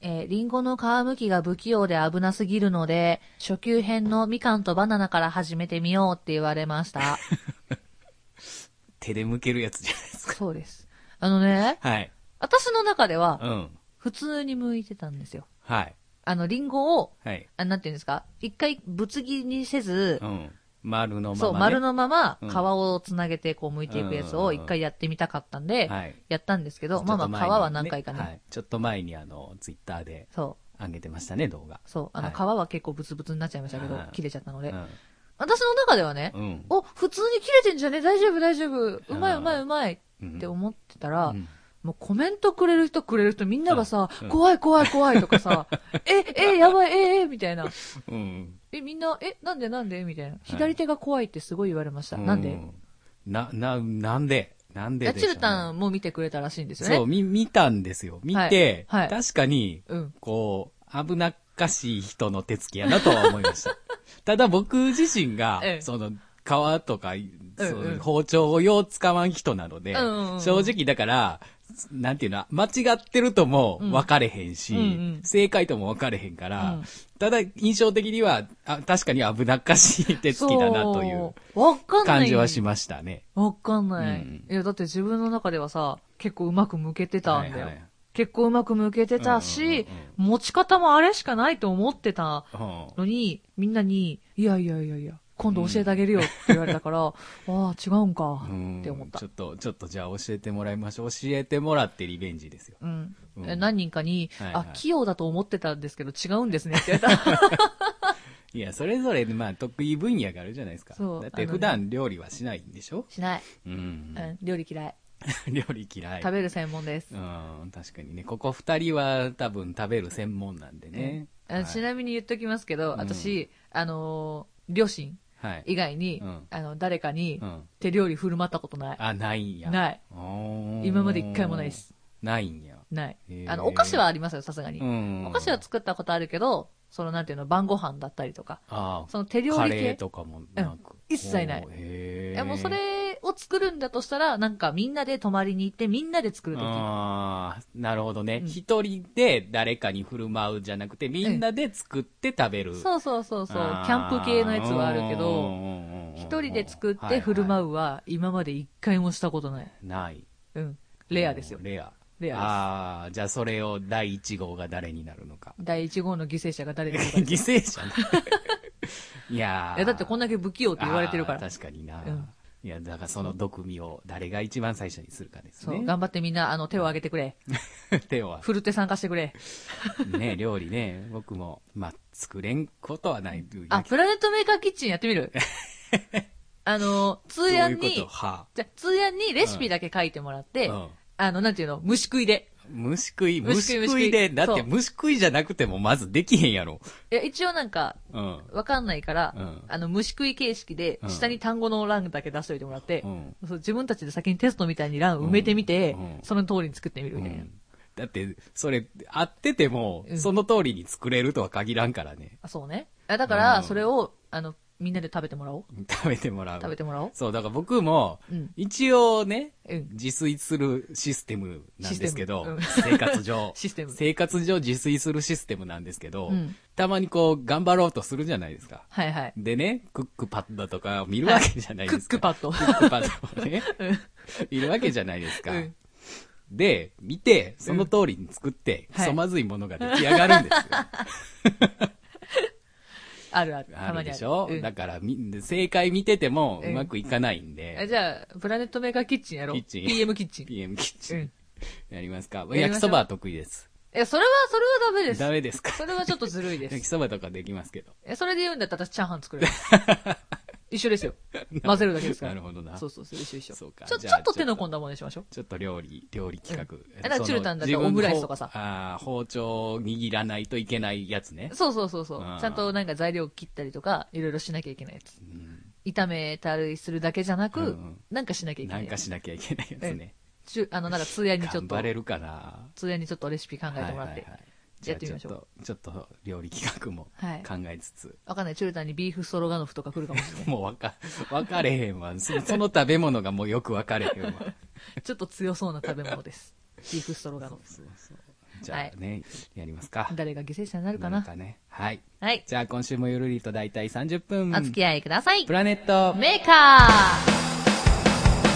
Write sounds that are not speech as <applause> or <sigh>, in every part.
リンゴの皮むきが不器用で危なすぎるので、初級編のみかんとバナナから始めてみようって言われま <laughs> した。手で剥けるやつじゃないですか。 <laughs> そうです。あのね、はい。私の中では、うん。普通に剥いてたんですよ。はい。あの、リンゴを、はい。あなんていうんですか一回ぶつ切りにせずう、ん。丸のまま、ね。そう、丸のままうん皮をつなげてこう剥いていくやつを一回やってみたかったんで、はい。やったんですけど、まあまあ皮は何回かね、はい。ちょっと前にあの、ツイッターでそ上げてましたね、動画う、。そう、あのはい皮は結構ブツブツになっちゃいましたけど、はい切れちゃったのうで、ん。私の中ではね、うん。お、普通に切れてんじゃね大丈夫大丈夫。うまいうまいうまいって思ってたら、うんもうコメントくれる人くれる人みんながさ、うん怖い怖い怖いとか <laughs> さ、え、え、やばい、え、え、みたいな。うん。え、みんな、え、なんでなんでみたいな。左手が怖いってすごい言われました。なんうでな、な、なんでなんでやでしチょうねルタンも見てくれたらしいんですよね。そう、み、見たんですよ。見て、はいはい確かに、うんこう、危なっかしい人の手つきやなとは思い <laughs> ました。ただ僕自身が、ええその、皮とか、そのうんうん包丁をよう使わん人なので、うんうんうん正直だから、なんていうの、間違ってるとも分かれへんし、うんうん正解とも分かれへんから、うんただ印象的にはあ、確かに危なっかしい手つきだなというそう。わかんない。感じはしましたね。わかんない、うんいや、だって自分の中ではさ、結構うまく向けてたんだよ。はいはい結構うまく向けてたし、うんうんうん持ち方もあれしかないと思ってたうんのに、みんなに、いやいやいやいや、今度教えてあげるよって言われたから、 <laughs> ああ、違うんかうんって思ったちょ。っと、ちょっとじゃあ教えてもらいましょう。教えてもらってリベンジですよ。うんうんえ何人かに、はいはいあ、器用だと思ってたんですけど違うんですねって言われた。いや、それぞれ、まあ、得意分野があるじゃないですか。そうだってあのね普段料理はしないん <laughs> でしょしない、ううんん。料理嫌い。 <laughs> 料理嫌い。食べる専門です。うん、確かにね。ここ二人は多分食べる専門なんでね。あはいちなみに言っときますけど、うん私、あのー両親はい。以外に、うんあの、誰かにうん。手料理振る舞ったことない。あ、ないんや。ない。おー今まで一回もないで。す。ないんや。ないへ。ーあの、お菓子はありますよ、さすがに、うん。お菓子は作ったことあるけど、そのなんていうの、晩ご飯だったりとか、ああその手料カ理レー系。とかもなく。うん一切ないおーへいえ。や、もうそれを作るんだとしたら、なんかみんなで泊まりに行って、みんなで作るとき。ああ、なるほどねう。ん一、人で誰かに振る舞うじゃなくて、みんなで作って食べる。そうそうそうそう、キあーャンプ系のやつはあるけうど、んうんうんうん一人で作って振る舞はうは、今まで一回もしたことない。いはいない。うん。レアですよ。レア。レアです。ああ、じゃあそれを第一号が誰になるのか第1号の犠牲者が誰ですか犠牲者だ <laughs> いやーいや、だってこんだけ不器用って言われてるから。あー確かにな、うんいや、だからその毒味を誰が一番最初にするかですそう、ね。頑張ってみんな、あの、手を挙げてくれ。手を合わせて振るって参加してくれ。ね、料理ね、僕も、まあ、作れんことはない。あ、プラネットメーカーキッチンやってみ <laughs> るあの、通どうい訳うことに、はじゃ、通訳にレシピだけ書いてもらって、うんあの、なんていうの、虫食いで。虫食い、虫食い虫食い虫で、食いだっそてう虫食いじゃなくてもまずできへんやろ。いや、一応なんか、うん。わかんないから、うんあの、虫食い形式でう、ん下に単語の欄だけ出しておいてもらって、うんそう自分たちで先にテストみたいに欄埋めてみて、うんうんその通りに作ってみるうみたいな。んだって、それ、合っててもう、んその通りに作れるとは限らんからね。あそうね。あだかうんら、それを、あの、みんなで食べてもらおう。食べてもらう。食べてもらおう。そう、だから僕もうん、一応ね、うん自炊するシステムなんですけど、システムう。生活上 <laughs> システム生活上自炊するシステムなんですけど、うんたまにこう、頑張ろうとするじゃないですか。はいはい。でね、クックパッドとかを見るわけじゃないクでッす <laughs> か。クパッド。クックパッ <laughs> ドをね、見るわけじゃないですか。うんで、見て、その通りに作って、うんクソまずいものが出来上がるんで <laughs> すよ。あるある。あたまるにある。でしょ、うんだからみ、正解見ててもううんまくいかないんえで、じゃあ、プラネットメーカーキッチンやろう。キッチン PM キッチン。 PM キッチうんン、やりますかしょう焼きそばは得意です。え、それは、それはダメです。ダメですかそれはちょっとずるいで焼きす。<laughs> そばとかできますけど。え、それで言うんだったら私、チャーハン作 <laughs> る。一緒ですよ。混ぜるだけですから。なるほどなそうそうそう、一緒一緒。そうかちょ、じちゃあょっと手の込んだものにしましょう。ちょっと料理、料理企画。んだからそのチュルタンだった自ら分のオムライスとかさあー包丁握らないといけないやつね。そうそうそうそうあー。ちゃんとなんか材料切ったりとか、いろいろしなきゃいけないやつ。炒めたりするだけじゃなうんうくん、なんかしなきゃいけなないんやかつ。しなきゃいけないやつね。ちゅあの、なんか通夜にちょっ頑張と、れるかな通夜にちょっとレシピ考えてもらっはいてはい。はいじやゃっあてちみょまっしょうと、ちょっと料理企画もはい考えつつ、わかんない。チュルタンにビーフストロガノフとか来るかもしれない。 <laughs> もうわか、わかれへんわ。そその食べ物がもうよくわかれへんわ。ちょっと強そうな食べ物です。ビーフストロガノフ。そうそう。じゃあね、やりますか。誰が犠牲者になるかな。かね。はい。はい。じゃあ今週もゆるりと大体30分。お付き合いくださいプ。ラネット。メーカー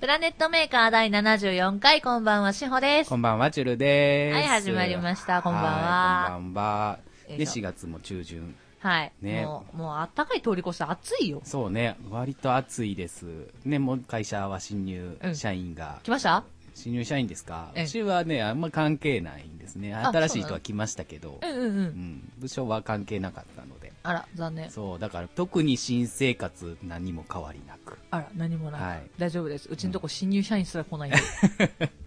プラネットメーカー第74回、こんばんは、しほです。こんばんは、チュルです。はい始まりましたこんばんはいこんばんは。で、よいしょ4月も中旬。はい。ねもう、もうあったかい通り越して暑いよ。そうね、割と暑いです。ね、もう会社は新入うん社員が。来ました新入社員ですかええうちはね、あんま関係ないんですね。あ新しそいうなの人は来ましたけど、うんうんう。うんん、部署は関係なかったので。あら、残念。そう、だから特に新生活何も変わりなく。あら、何もない。はい大丈夫です。うちのとこ新入社員すら来ないん <laughs> で。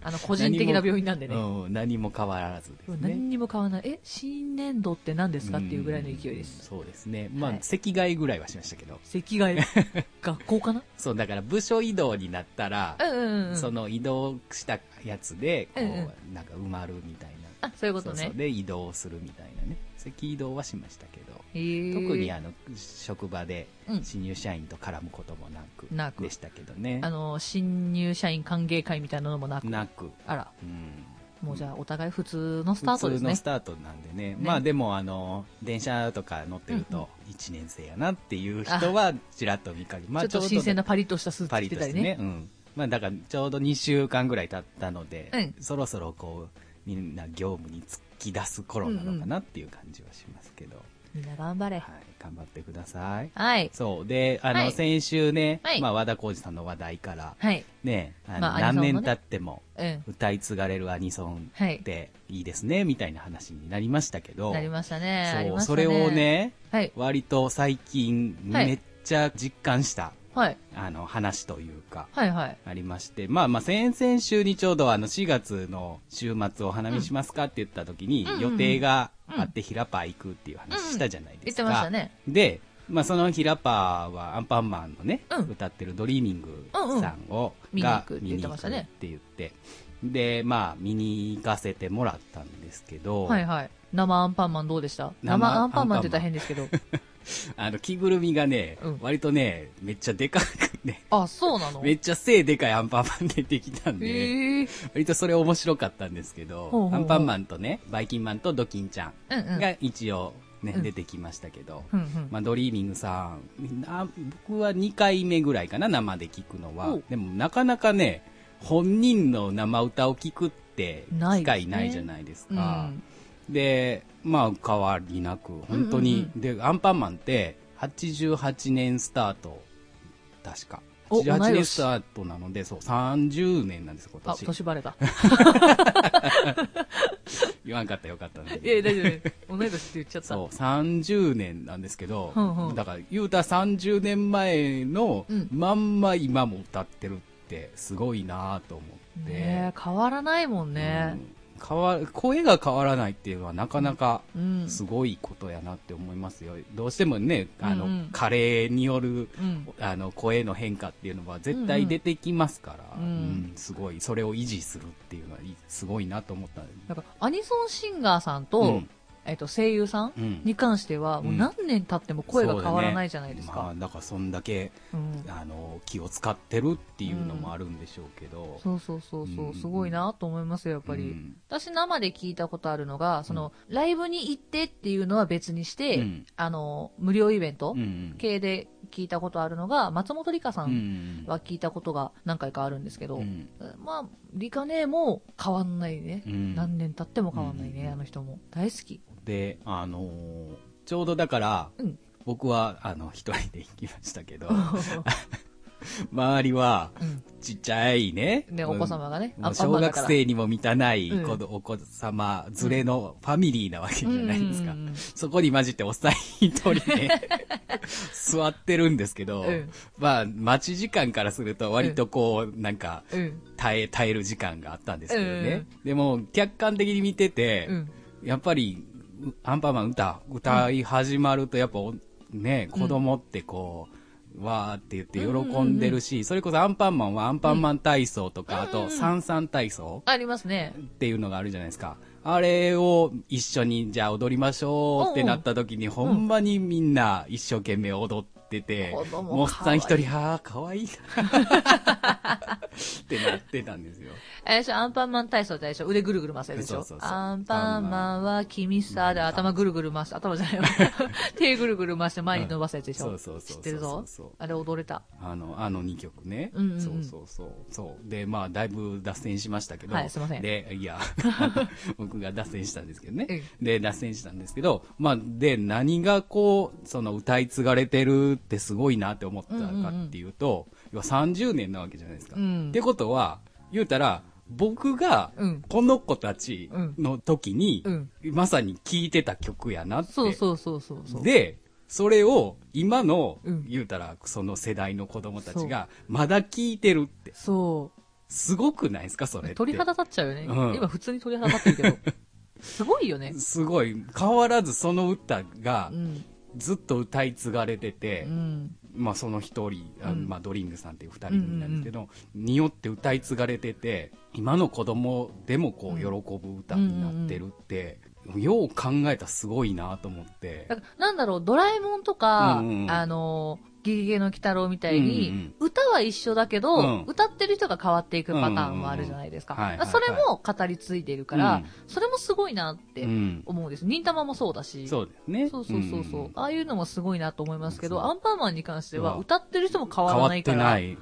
あの、個人的な病院なんでね。うんうん、何も変わらずですね。何にも変わらない。え、新年度って何ですかっていうぐらいの勢いです。うんそうですね。まあ、はい席替えぐらいはしましたけど。席替え。 <laughs> 学校かなそう、だから部署移動になったら、うんうんうん。その移動したやつで、こう、うんなんか埋まるみたいな。あ、そういうことそうねそう。。で、移動するみたいなね。席移動はしましたけど。へー特にあの、職場でうん新入社員と絡むこともなく、なくでしたけどね。あの、新入社員歓迎会みたいなのもなく。なく。あら、うん。もうじゃあお互い普通のスタートで普す通のねス。タートなんでねまあでもあの電車とか乗ってると1年生やなっていう人はちらっと見かけまちょあっと新鮮なちょパリッとしたスうどーパツリ着ッとてしたてりねね。うんまあだからちょうど2週間ぐらい経ったので、うんそろそろこうみんな業務に突き出す頃なのかなっていう感じはしますけど、みんな頑張れ。はい、頑張ってくださいはい。そうであの、はい先週ね、はいまあ、和田浩二さんの話題からはい。ねあの、まあアニソン何のね年経ってもうん。歌い継がれるアニソンはいっ。ていいですね、みたいな話になりましたけど、なりましたね。ありそうましたそれを。ね、はい。割と最近、はいめっちゃ実感した、はい。あの、話というか、はいはい。ありまして、まあまあ、先々週にちょうどあの、4月の週末お花見しますかって言った時にうんうん、予定があって、平パー行くっていう話したじゃないで言っすか。てましたね。で、まあ、そのヒラパーはアンパンマンのね、うん歌ってる「ドリーミング」さんを、うんうんが見に行くって言ってましたね見に行くって言ってでまあ見に行かせてもらったんですけど、はいはい。生アンパンマンどうでした生生アンパンマンって大変ですけ <laughs> ど。あの着ぐるみがね、うん割とねめっちゃでかくねあ、そうなのめっちゃ背でかいアンパンマン出てきたんで、へえ。割とそれ面白かったんですけほどうほうほうアンパンマンとねバイキンマンとドキンちゃうんうんん。が一応ね、うん出てきましたけど、うんうんまあ、ドリーミングさんな僕は2回目ぐらいかな生で聞くのはおでもなかなかね本人の生歌を聞くってないですね機会ないじゃないですうかん。でまあ変わりなく本当に、でアンパンマンって88年スタート確かお同88い年年スタートなのでそう30年なんです今あ、年年バレ <laughs> た。言わんかったらよかったのにいや、大丈夫です。同い年って言っちゃった。そう、30年なんですけど、うんうんだから、言うたら30年前のうんまんま今も歌ってるって、すごいなと思って。ねえ、変わらないもんうね。ん変わ声が変わらないっていうのはなかなかうん。すごいことやなって思いますよ。どうしてもね、あの、うんうん加齢による、うん。あの、声の変化っていうのは絶対出てきますから、うんうんうんすごい、それを維持するっていうのはいすごいなと思った。なんか、アニソンシンガーさんうとん、えっと、声優さんうんに関しては、もう何年経っても声が変わらないじゃないですそうだねか。まあ、だからそんだけうん。あの気を使ってるっていうのもあるんでしょうけど、そうそうそうそうう、んすごいなと思いますよ、やっぱり。うん私生で聞いたことあるのが、その、ライブに行ってっていうのは別にして、うんあの、無料イベントうんうん系で聞いたことあるのが、松本里香さうんんは聞いたことが何回かあるんですけど、うんまあ、リカねも変わんないね。うん何年経っても変わんないね、うんあの人も。大好き。で、あのーちょうどだから、うん、僕はあの一人で行きましたけど周りはうんちっちゃいね、 <laughs> ね、お子様がね、もアうンパン小マンだ学から生にも満たないうん子どお子様連れのファミリーなわけじゃないですか。うんうんうんうんそこに混じっておっさん一人 <laughs> で座ってるんですけど、うんまあ待ち時間からすると割とこう、なんかうん。耐え、耐える時間があったんですけどね。でも客観的に見てて、うん。やっぱりうアンパンマン歌、歌い始まるとやっぱおね、子供ってこう、わーって言って喜んでるし、それこそアンパンマンはアンパンマン体操とか、あと、サンサン体操ありますね。っていうのがあるじゃないですか。あれを一緒に、じゃあ踊りましょうってなった時に、ほんまにみんな一生懸命踊ってて、子供もっさん一可愛人、はあ、かわいいな。 <laughs> ってなってたんですよ。え、そう、アンパンマン体操ってあれでしょ腕ぐるぐる回すやつでしょそうそうそうアンパンマンは君さ、で頭ぐるぐる回して、頭じゃない <laughs> わ。手ぐるぐる回して前に伸ばすやつでしょ、うんそうそうそうそう知ってるぞそうそうあれ踊れた。あの、あの2曲ね。うんうんうんそうそうそう。そう。で、まあ、だいぶ脱線しましたけど。はいすいませんで、<laughs> いや、僕が脱線したんですけどね。うで、脱線したんですけど、まあ、で、何がこう、その歌い継がれてるってすごいなって思ったかっていうと、要は30年なわけじゃないですか。うんってことは、言うたら、僕がうん、この子たちの時に、うんまさに聴いてた曲やなって。そうそうそうそうそう。で、それを今の、うん言うたら、その世代の子供たちが、まだ聞いてるって、そすごくないですか、それう。って。鳥肌立っちゃうよね。うん今普通に鳥肌立ってる <laughs> けど。すごいよね。すごい、変わらずその歌がう、ん。ずっと歌い継がれてて、うん。まあその一人、あうんまあドリングさんっていう二人組なんですけど、によって歌い継がれてて、今の子供でもこう、喜ぶ歌になってるって、よう考えたらすごいなと思ってだ。からなんだろう、ドラえもんとか、うんうんあのー、ゲゲゲの鬼太郎みたいに、うん歌は一緒だけど、うん歌ってる人が変わっていくパターンもあるじゃないですか。うんうんうんはいそれも語り継いでるから、うんそれもすごいなってうん思うんです。忍たまもそうだし。そうですね。そうそうそうそう、んああいうのもすごいなと思いますけそど、うアンパンマンに関しては、うん歌ってる人も変わ変らわないっかてら。ない。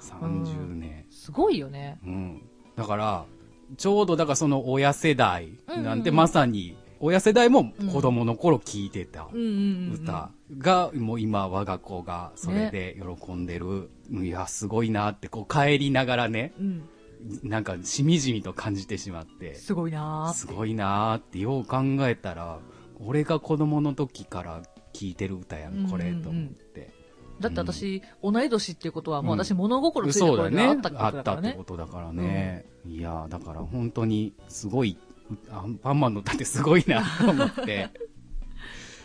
30年。すごいよね。うん、だから、ちょうどだからその親世代なんてうんうんうんまさに、親世代も子供の頃聞いてたうんうんうん。歌が、もう今我が子がそれで喜んでる。いや、すごいなって、こう帰りながらね、うん。なんかしみじみと感じてしまって、すごいなーすごいなってよう考えたら、俺が子供の時から聞いてる歌やん、これ、と思って。だって私、同い年っていうことは、もううん私物心ついたそう頃だにあねった。ことあだかったらってねこ。とだからね。いやーだから本当にすごい、アンパンマンの歌ってすごいなと思 <laughs> って。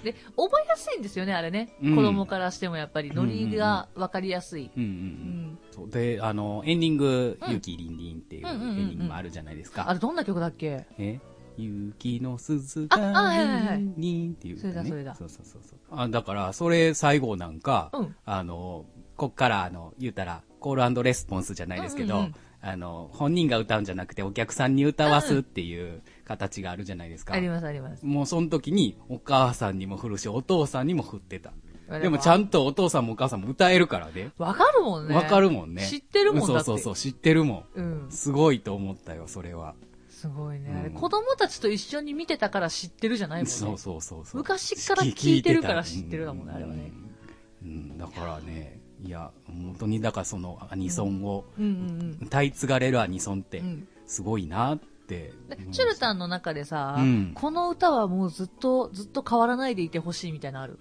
で、覚えやすいんですよね、あれね。うん子供からしてもやっぱり、ノリが分かりやすい。うんうんうんうん。そうで、あの、エンディング、うんゆきりんりんっていうエうんンうんうんうんディングもあるじゃないですあか。れ、どんな曲だっけえ雪の鈴ああはいはいはがいりんりんっていう歌ね。それだそそうそうそうそう。あ、だから、それ最後なんか、うんあの、こっから、あの、言うたら、コールレスポンスじゃないですけど、うんうんうんあの、本人が歌うんじゃなくてお客さんに歌わすっていう形があるじゃないですか。あります、あります。もうその時にお母さんにも振るし、お父さんにも振ってた。あれはでもちゃんとお父さんもお母さんも歌えるからね。わかるもんね。わ、かるもんね。知ってるもんだって。そうそうそう、知ってるもうんん。。すごいと思ったよ、それは。すごいね。うんあれ子供たちと一緒に見てたから知ってるじゃないもんね。そうそうそうそう。昔から聞いてるから知ってるだもんねあれはね。うんうん、うんだからね、いや、本当にだからそのアニソンを、うんうん歌い継がれるアニソンっうてん。う、んすごいなって。でチュルタンの中でさ、うんこの歌はもうずっと、ずっと変わらないでいてほしいみたいなのある。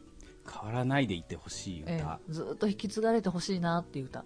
変わらないでいてほしい歌。えあえずっと引き継がれてほしいなっていう歌。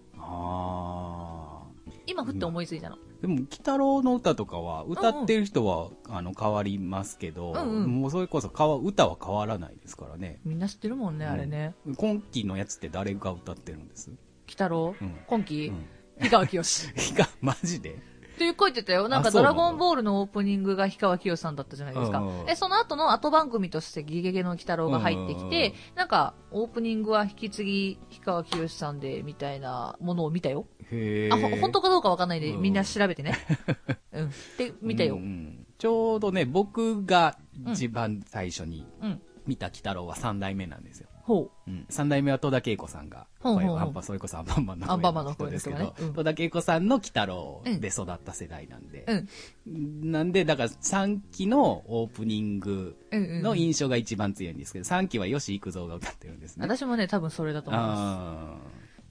あー。今ふって思いついたの。でも、鬼太郎の歌とかは、歌ってる人は、あの、変わりますけど、うんうんもうそれこそ変わ、歌は変わらないですからね。みんな知ってるもんね、あれね。今期のやつって誰が歌ってるんです鬼太郎、うん今期、うん <laughs> 氷川きよし。いや、マジでっていう声言ってたよ。なんかあそドうなラのゴンボールのオープニングが氷川きよしさんだったじゃないですかうんうんう。んえ、その後の後番組としてギゲゲの鬼太郎が入ってきうんうんうてん、なんかオープニングは引き継ぎ氷川きよしさんでみたいなものを見たよ。へあ、ほ本当かどうかわかんないんでうんみんな調べてね。 <laughs> うん。で、見たようん。うんちょうどね、僕が一番最初にうん。見た鬼太郎は三代目なんですよ。ほうん、三代目は戸田恵子さんが、ほうほうほうアンパそれこそアンパンマンのアンパンマンの人声でですすけけど、どねうん戸田恵子さんの鬼太郎で育った世代なんで、う。うん。なんで、だから3期のオープニングうんうん。の印象が一番強いんですけど、3期は吉幾三が歌ってるんですね。私もね、多分それだと思いまあ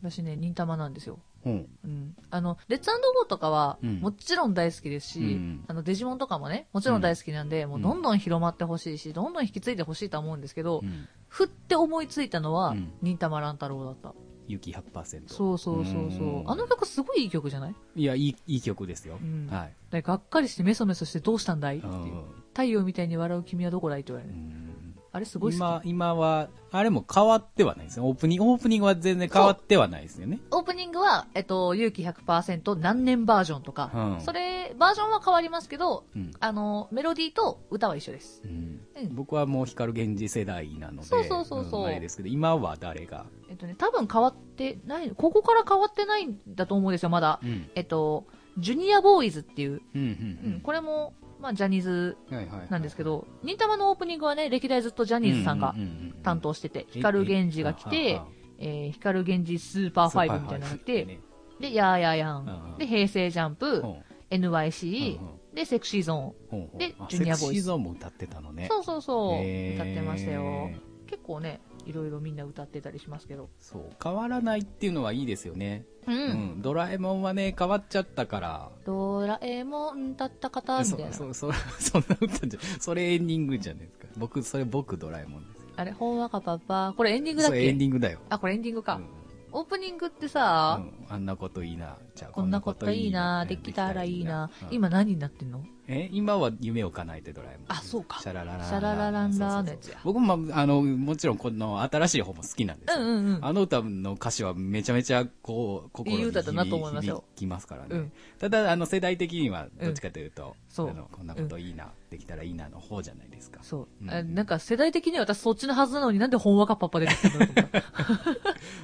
す。私ね、忍たまなんですよ。ーうん。うん、あの、レッツゴーとかは、うんもちろん大好きですし、うんあの、デジモンとかもね、もちろん大好きなんで、もうどんどん広まってほしいし、どんどん引き継いでほしいとは思うんですけど、うん。ふって思いついたのは、うん忍たま乱太郎だった。雪100%。。そうそうそうそううんあの曲すごいいい曲じゃないいや、いい、いい曲ですよ。うんはい。。でがっかりしてメソメソしてどうしたんだいっていううん太陽みたいに笑う君はどこだいって言われうる。んあれすごい好今き。、今は、あれも変わってはないですね。オープニング、オープニングは全然変わってはないですよね。オープニングは、えっと、勇気100%何年バージョンとか、うんそれ、バージョンは変わりますけど、うんあの、メロディーと歌は一緒です。うんうん僕はもう光源氏世代なので、そうそうそうそうんあれですけど、今は誰が、えっとね、多分変わってない、ここから変わってないんだと思うんですよ、まだ。うん、えっと、ジュニアボーイズっていう、うん、ううんん、これも、まあ、ジャニーズれ、はいはい、なんですけど、忍たまのオープニングはね、歴代ずっとジャニーズさんが担当してて、光源氏が来て、えー、光源氏スーパーファイブみたいなのが来て、で、やーやーやうんうんん。で、平成ジャンプ、NYC うん、で、セクシーゾでジジュュニニアアボボーイズイス。セクシーゾーンも歌ってたのーン。ね。そうそうそう。へー歌ってましたよ。結構ね、いろいろみんな歌ってたりしますけど。そう、変わらないっていうのはいいですよね。う。うんん、ドラえもんはね、変わっちゃったから。ドラえもんだった方みそたいな。そ <laughs> そそんな歌じゃ、それエンディングじゃないですか。僕、それ僕ドラえもんですよ。あれ、ほんわかパパ。これエンディングだっそうエンけディングだよ。あ、これエンディングうかん。オープニングってうさ、んあんなこといいな。じゃあこんなこといいな、できたらいいな。今何になってんのえ今は夢を叶えてドラえもん。あそうかシャラララシャララランラーのやつやそうそうそう僕も、まあ、あの、もちろんこの新しい方も好きなんでうすよんうんうん。あの歌の歌詞はめちゃめちゃ、こう、心にいい響歌だなと思いますよ響きますからね。うんただ、あの、世代的には、どっちかというと、そうあのこんなこといいな、できたらいいなの方じゃないですか。そうう。んあなんか世代的には私そっちのはずなのになんでほんわかパパ出てき <laughs> たんだろうと思った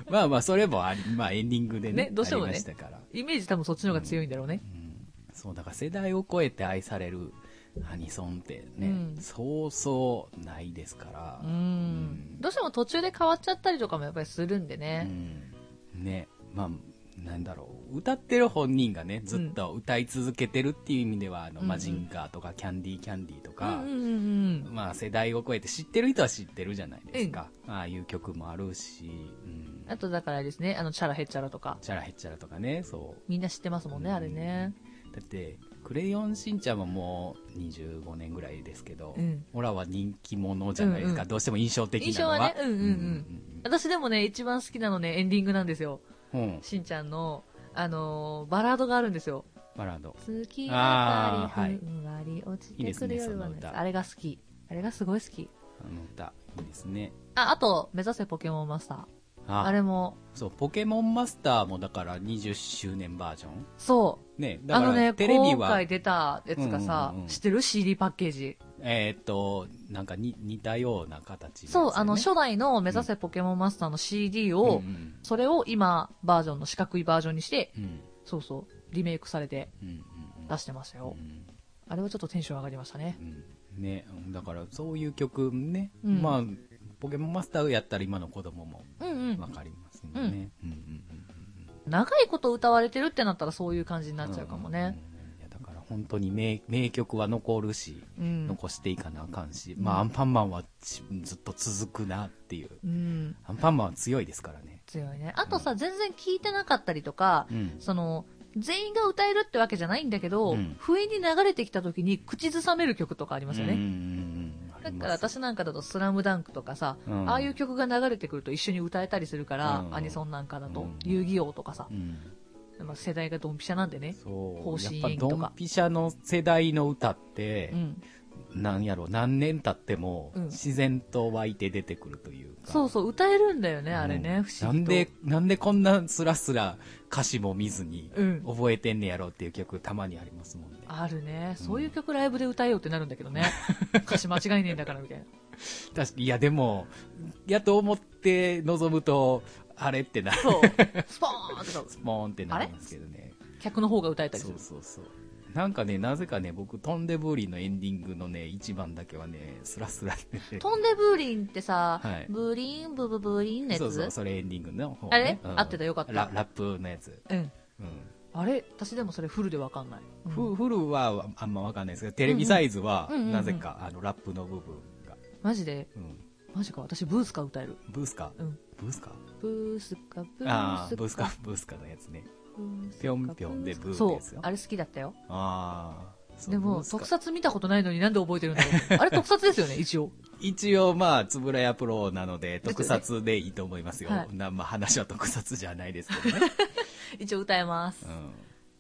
まあまあ、それもあり、まあ、エンディングでね、ねどうしてもねありましたから。イメージ多分そっちの方が強いんだろうね。そう、だから世代を超えて愛されるアニソンってね、うんそうそうないですから。ううんん。どうしても途中で変わっちゃったりとかもやっぱりするんでうね。んね、まあ、なんだろう。歌ってる本人がね、ずっと歌い続けてるっていう意味では、あの、うんうんマジンガーとかキャンディーキャンディーとうんかうん、うんまあ世代を超えて知ってる人は知ってるじゃないですか。ああいう曲もあるし、うんうん。あとだからあれですね、あの、チャラヘッチャラとか。チャラヘッチャラとかね、そう。みんな知ってますもんね、うんあれね。だって、クレヨンしんちゃんはもう25年ぐらいですけど、うんオラは人気者じゃないですか、うんうんどうしても印象的印象なのは。はね、うんうんううんん。私でもね、一番好きなのね、エンディングなんですよ。うんうんうんしんちゃんの、あのーバラードがあるんですよ。バラード。好きがあーかはりいふんわり落ちいいてですくねる夜はそのない。歌あれが好き。あれがすごい好き。あの歌、いいですね。あ、あと、目指せポケモンマスター。ああれも、そう、ポケモンマスターもだから20周年バージョンそう。ね、だあかのね、らテレビ今は、回出たやつがさうんうんう、ん知ってる ?CD パッケージ。えーっと、なんかに似たような形ですよそね、う、あの、初代の目指せポケモンマスターの CD を、うんそれを今、バージョンの四角いバージョンにして、うんうんそうそう、リメイクされてうんうん出してましたうよ。んあれはちょっとテンション上がりましたね。うんね、だからそういう曲ね、うんまあ、ポケモンマスターやったら今の子供もうんうわん。かりますよね。うんうんうん長いこと歌われてるってなったらそういう感じになっちゃうかもね。。うんいやだから本当に名名曲は残るし、うん。残していかなあかんし、まあ、アンパンマンはちずっと続くなっていう。うん。アンパンマンは強いですからね。強いね。あとさ、全然聞いてなかったりとか、その、全員が歌えるってわけじゃないんだけど、うん不意に流れてきた時に口ずさめる曲とかありますよね。だだから私なんかだと「スラムダンクとかさ、うんああいう曲が流れてくると一緒に歌えたりするから、うんアニソンなんかだと「うん遊戯王」とかさう、ん、まあ、世代がドンピシャなんでねそ方う。針やっ演技ぱとかドンピシャの世代の歌って、うん、なんやろ、何年経ってもうん、自然と湧いて出てくるというか。そうそう歌えるんだよね、うんあれね不思な議んとで、なんでこんなスラスラ歌詞も見ずにうん、覚えてんねやろっていう曲たまにありますもんね。あるねそういう曲ライブで歌えようってなるんだけど <laughs> ね歌詞間違いねえんだからみたいな確かいや、でも、やと思って臨むと、あれってな、そうスポーンってスポーンってなるんですけどね。客の方が歌えたりすそるうそうそう。なんかね、なぜかね、僕、トンデブーリーのエンディングのね、一番だけはね、スラスラで、ね。飛んでブーリンってさ、はいブーリンブブブーリンのやつそうそう、それエンディングの方、あれ合ってたよかったラ。ラップのやつ。うんうん。あれ私でもそれフルでわかんない、うんフフルはあんまわかんないですけど、テレビサイズはうんうんうんうんなぜか、あのラップの部分が、マジでうん、マジか私ブースカ歌えるブースカ、うんブースカブースカ、ブあーあスブースカカ、ブースカのやつね。ブースカぴょんぴょんでブーってそやうつよ、あれ好きだったよ。ああそうでブも、ースカ特撮見たことないのになんで覚えてるんだろう。あれ特撮ですよね、一 <laughs> 応。一応まあ、つぶらやプロなので、すよね特撮でいいと思いますよ。はいなまあ話は特撮じゃないですけど <laughs> ね。一応歌えますう。ん。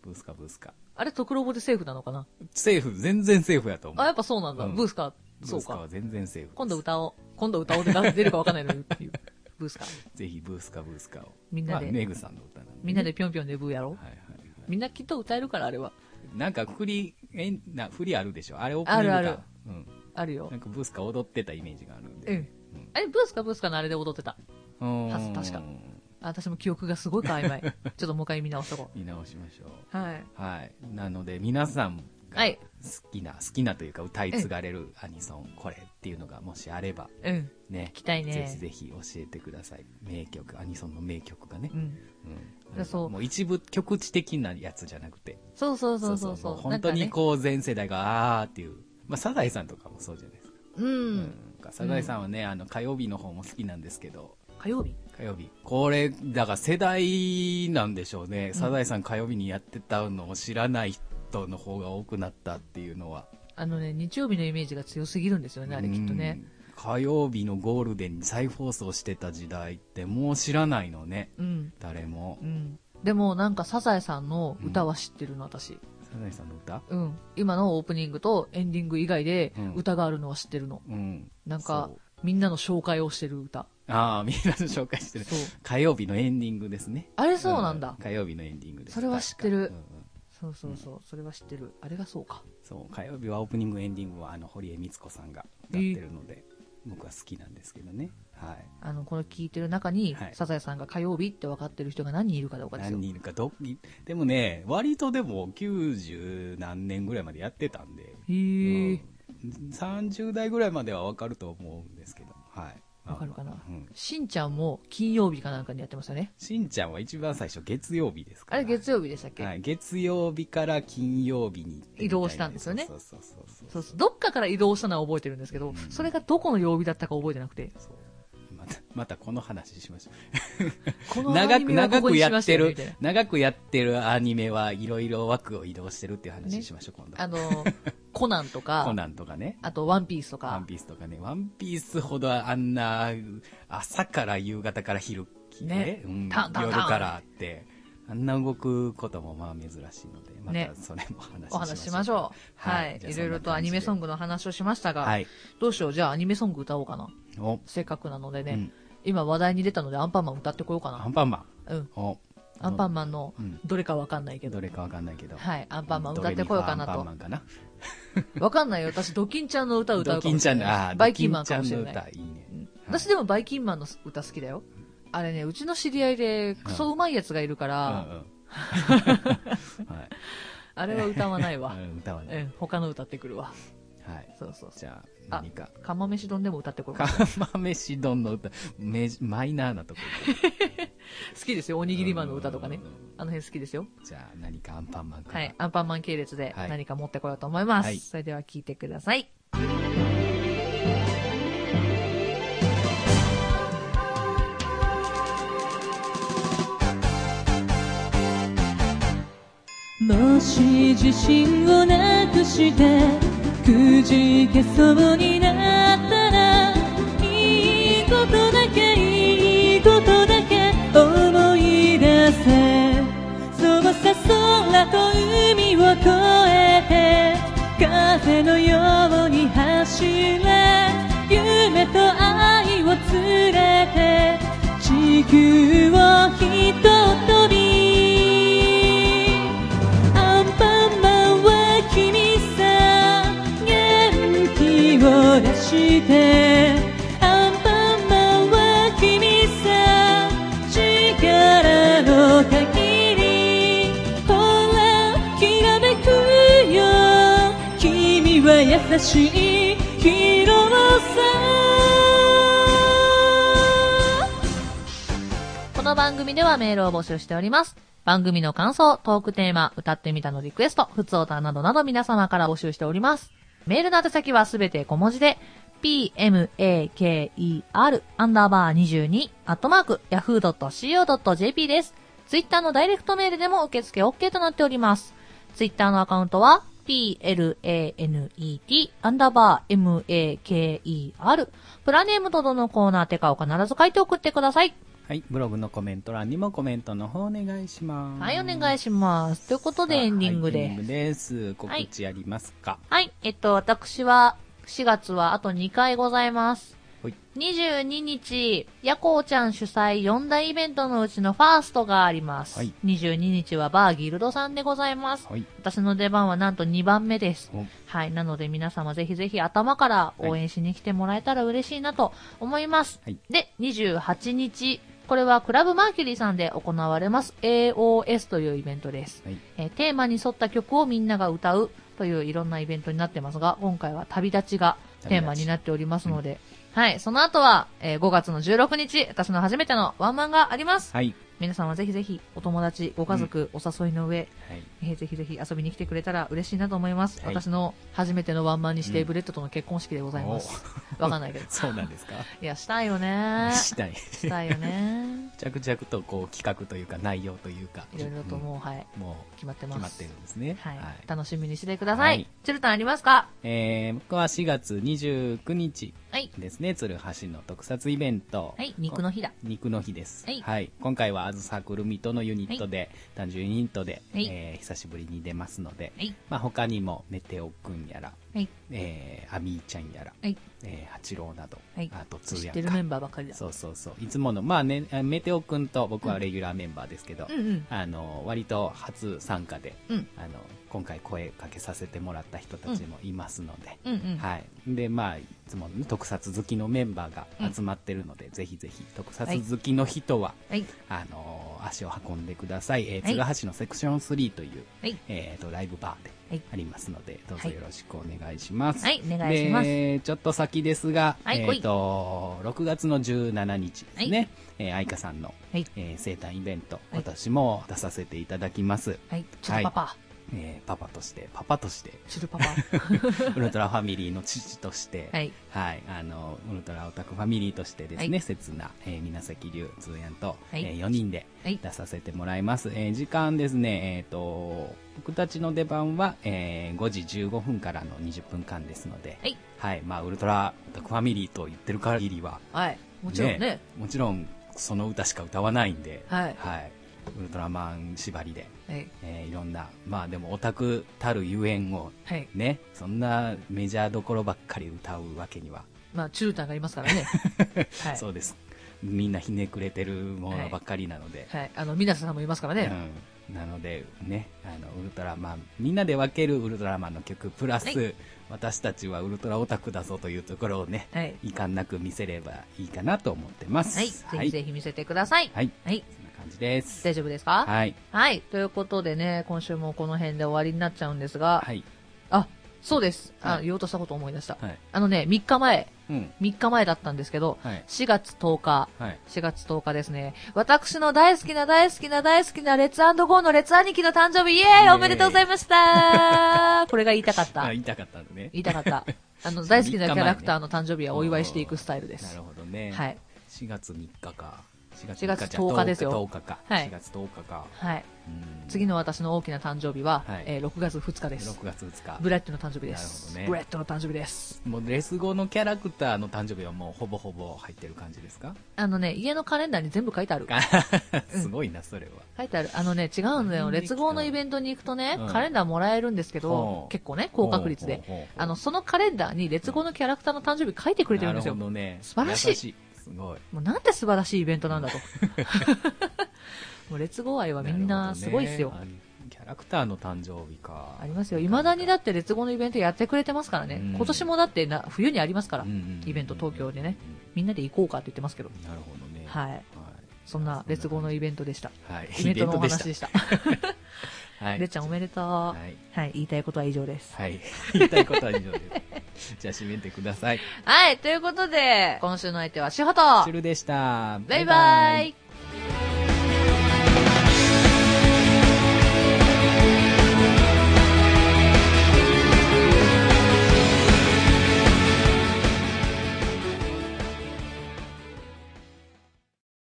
ブースカ、ブースカ。あれ、特ロボでセーフなのかなセーフ、全然セーフやと思あ、やうっ。ぱそうなんだ。うんブースカ、ブそーうスカかは。全然セーフです。今度歌おう。今度歌おうで出るか分かんないのにっていう。ブースカ。ぜひブースカブースカを。みんなでまあメグさんの歌なんで、ね、みんなでぴょんぴょんでブーやろはいはいはい。みんなきっと歌えるから、あれは。なんか振り、えな、振りあるでしょあれオープあニングるか。ある。うん。あるよなん。かブースカ踊ってたイメージがあるうんで。ん。あれ、ブースカブースカのあれで踊ってた。うんはず確かあ私も記憶がすごく曖 <laughs> 昧。ちょっともう一回見直しとこ見直しましょう。う。はい。はい。なので、皆さんがはい好きな、好きなというか、歌い継がれるアニソン、これっていうのが、もしあれば、うん。ね。聞きたいねぜひぜひ教えてください。名曲、アニソンの名曲がねう。ん。うんいやそうもう一部、局地的なやつじゃなくて。そうそうそうそうそう。も本当になんかねこう、全世代が、あーっていう。まあ、サザエさんとかもそうじゃないですか。う。うんんサザエさんはね、あの、火曜日の方も好きなんですけど、火曜日火曜日。これ、だから世代なんでしょうね。サザエさん火曜日にやってたのを知らない人の方が多くなったっていうのは。あのね、日曜日のイメージが強すぎるんですよね、あれきっとね。うん。火曜日のゴールデンに再放送してた時代ってもう知らないのね。うん。誰もう。ん。でもなんかサザエさんの歌は知ってるの、私。サザエさんの歌うん。今のオープニングとエンディング以外でうん歌があるのは知ってるの。うん。なんかそう、みんなの紹介をしてる歌。ああ、みんなの紹介してるそう。火曜日のエンディングですね。あれそうなんだう。火曜日のエンディングです。それは知ってる確かうんうんそうそうそう。それは知ってる。あれがそうか。そう火曜日はオープニングエンディングはあの堀江光子さんが歌ってるので、僕は好きなんですけどね、はい、あの、この聞いてる中には、いサザエさんが火曜日って分かってる人が何人いるかどうかですよ何。人いるかどでもね割とでも90何年ぐらいまでやってたんで、へーうん30代ぐらいまでは分かると思うんですけどはいわかるかなうん、しんちゃんも金曜日かなんかにやってましたね。しんちゃんは一番最初月曜日ですかあられ月曜日でしたっけ、はい、月曜日から金曜日に行ってみたいな移動したんですよねそうそうそうそうそうそう。どっかから移動したのは覚えてるんですけど、それがどこの曜日だったか覚えてなくて。そうまた <laughs> またこの話しましょこうのア長ニくメはこ長こくにしやまっしたてよねるみたいな。、長くやってるアニメはいろいろ枠を移動してるっていう話しましょう、今あ度。の、コナンと <laughs> コか、ナンとかね。あとワンピースとワかン、ピースとかね。ワンピースほどあんな、朝から夕方から昼、ねうんタンタンタン夜からって、あんな動くこともまあ珍しいので、まねたそれも話しましょう。お話ししましょう。はい。いろいろとアニメソング。グの話をしましたが、はい。どうしよう。じゃあアニメソング歌おうかな。お、せっかくなのでね、うん今話題に出たのでアンパンマン歌ってこようアかンパンマな。うん。ン。お、アンパンマンのうんどれかわかんないけど。どれかわかんないけど。はい。アンパンマンド歌レっミてファこようかなアンパとンマ。ンかな。わかんないよ。私、ドキンちゃんの歌を歌ドうかキもンしちゃれんの、なあい。ーバイキンマンかもしれドキなンいちゃん。の歌、いいね。はい私でもバイキンマンの歌好きだよ。あれね、うちの知り合いでクソうまいやつがいるかうら、んうんはいあれは歌わないわ <laughs> う。ん歌はうね。ん、他の歌ってくるわ。はい。そうそうそじゃあ、あ何か。う。釜飯丼でも歌ってこい。好釜飯丼の歌、メジマイナーなところ。きですよ。おにぎりマンの歌とかねうんうんうん。あの辺好きですよ。じゃあ、何かアンパンマンか。はい。アンパンマン系列ではい何か持ってこようと思います。はいそれでは聞いてください。もし自信をなくしてくじけそうになったらいいことだけいいことだけ思い出せそうさ空と海を越えて風のように走れ夢と愛を連れて地球をひととびアンパンマンは君さ元気を出してアンパンマンは君さ力の限りほらきらめくよ君は優しいヒーローさこの番組ではメールを募集しております。番組の感想、トークテーマ、歌ってみたのリクエスト、ふつおたなどなど皆様から募集しております。メールの宛先はすべて小文字で、pmaker アンダーバー22アットマーク yahoo.co.jp です。ツイッターのダイレクトメールでも受付 OK となっております。ツイッターのアカウントは、planet アンダーバー maker プラネームとどのコーナーてかを必ず書いて送ってください。はい。ブログのコメント欄にもコメントの方お願いします。はい、おいし願いします。ということで、エンディングエンディンで。グです。告知ありますかはい、えっと、私は、4月はあと2回ございます。はい22日、ヤコウちゃん主催4大イベントのうちのファーストがあります。はい22日はバーギルドさんでございます。はい。私の出番はなんと2番目です。おはい。なので皆様ぜひぜひ頭から応援しに来てもらえたら嬉しいなと思います。はいで、28日、これはクラブマーキュリーさんで行われます AOS というイベントです。はいえーテーマに沿った曲をみんなが歌うといういろんなイベントになってますが、今回は旅立ちがテーマになっておりますので、はい。その後は、えー5月の16日、私の初めてのワンマンがあります。はい。皆さんはぜひぜひお友達、ご家族、お誘いの上、はい。えーぜひぜひ遊びに来てくれたら嬉しいなと思います。はい私の初めてのワンマンにして、うんブレッドとの結婚式でございます。わかん <laughs> ないけど。そうなんですかいや、したいよ <laughs> ね。したい。したいよ <laughs> ね。着々とこう企画というか内容というか。いろいろともう、はい、うん。も決まってうま決す。まってるんですね。はい。楽しみにしてくださ。はいいチュルタンありますかえー僕は4月29日はい。ですね、鶴橋の特撮イベント。はい、肉の日だ。肉の日です。はい今回はあずさくるみとのユニットで、単純ユニットで、はいえー久しぶりに出ますので、はい。まあ、他にもメテオくんやら、はい。えー、アミーちゃんやら、はい。えー、八郎など、はいあと通知訳ってるメンバーばっかりだ。そうそうそう。いつもの、まあね、あメテオくんと僕はレギュラーメンバーですけど、うんうん。あの、割と初参加で、うんあの、今回声かけさせてもらった人たちもいますので、うんうん。はい。で、まあ、いつもの特撮好きのメンバーが集まってるので、ぜひぜひ、特撮好きの人は、はい。あのー足を運んでください。えー、はい鶴橋のセクション3という、はい。えーと、ライブバーではいありますので、どうはぞいよろしくお願いします。はいお願いしますで、ちょっと先ですが、はいえっ、と、6月の17日ですね、はえー愛花さんの、はい。えー生誕イベント、今年も出させていただきます。はい。チュルパパ。えーパパとして、パパ <laughs> として、チュルパ <laughs> パ。ウルトラファミリーの父として、はい。はい、あの、ウルトラオタクファミリーとしてですね、はい刹那、えー、水崎龍、通園と、はいえ4人ではい。出させてもらいます。えー時間ですね、えっ、と、僕たちの出番は、えー5時15分からの20分間ですので、はい。はい、まあ、ウルトラオタクファミリーと言ってる限りは、はい。もちろんね。もちろん、その歌しか歌わないんで、はいウルトラマン縛りで、はい。えーいろんな、まあでもオタクたるゆえんを、はい。ね、そんなメジャーどころばっかり歌うわけにはまあ、チュルタンがいます <laughs> からね。はい。そうです。みんなひねくれてるものばっかりなので。はい。あの、ミナさんもいますからね。うん、なので、ね、あの、ウルトラマン、みんなで分けるウルトラマンの曲、プラス、はい私たちはウルトラオタクだぞというところをね、はい。遺憾なく見せればいいかなと思ってます。はい。ぜひぜひ見せてください。はい。はい。そんな感じです。大丈夫ですかはい。はい。ということでね、今週もこの辺で終わりになっちゃうんですが、はい。あ、そうです。あ、はい言おうとしたこと思い出した。はい。あのね、3日前、うん。 3日前だったんですけど、はい。 4月10日、はい。 4月10日ですね。私の大好きな大好きな大好きなレッツゴーのレッツ兄貴の誕生日、イエーイイエーイおめでとうございましたこれが言いたかった。あ、言言いたかったんだね。いたかった。あの、そう大好き3日前なねキャラクターの誕生日はお祝いしていくスタイルでなする。ほどね。はい。 4月3日か。4月4月じゃあ10日ですよ10日か。はい4月10日か。はい。うん次の私の大きな誕生日は、はいえー6月2日です。 6月2日。ブレッドの誕生日です。なるほどねブレッドの誕生日です。もうレス後のキャラクターの誕生日はもうほぼほぼ入ってる感じですかあのね、家のカレンダーに全部書いてある。 <laughs> すごいな、それは。書いてある。あのね、違うのよ。列号のイベントに行くとね、うんカレンダーもらえるんですけどほ、う結構ね、高確率で。ほうほうほうあの、そのカレンダーに列号のキャラクターの誕生日書いてくれてるんですよ。なるほどね。素晴らしい優すごい。もうなんて素晴らしいイベント <laughs> なんだと。もう列号愛はみんなすごいっすよ。なるほどね。あキャラクターの誕生日か。ありますよ。未だにだって列号のイベントやってくれてますからね。うん今年もだってな、冬にありますから、イイベント東京でね。みんなで行こうかって言ってますけど。なるほどね。い。はい。そんな列号のイベントでした。はい。イベントのお話ででした。た。は <laughs> い。レッちゃんおめでとう。ははい。い。言いたいことは以上です。はい。 <laughs> 言いたいことは以上です。じゃあ締めてください。はい、ということで、今週の相手はしほと、チュルでした。バイバイ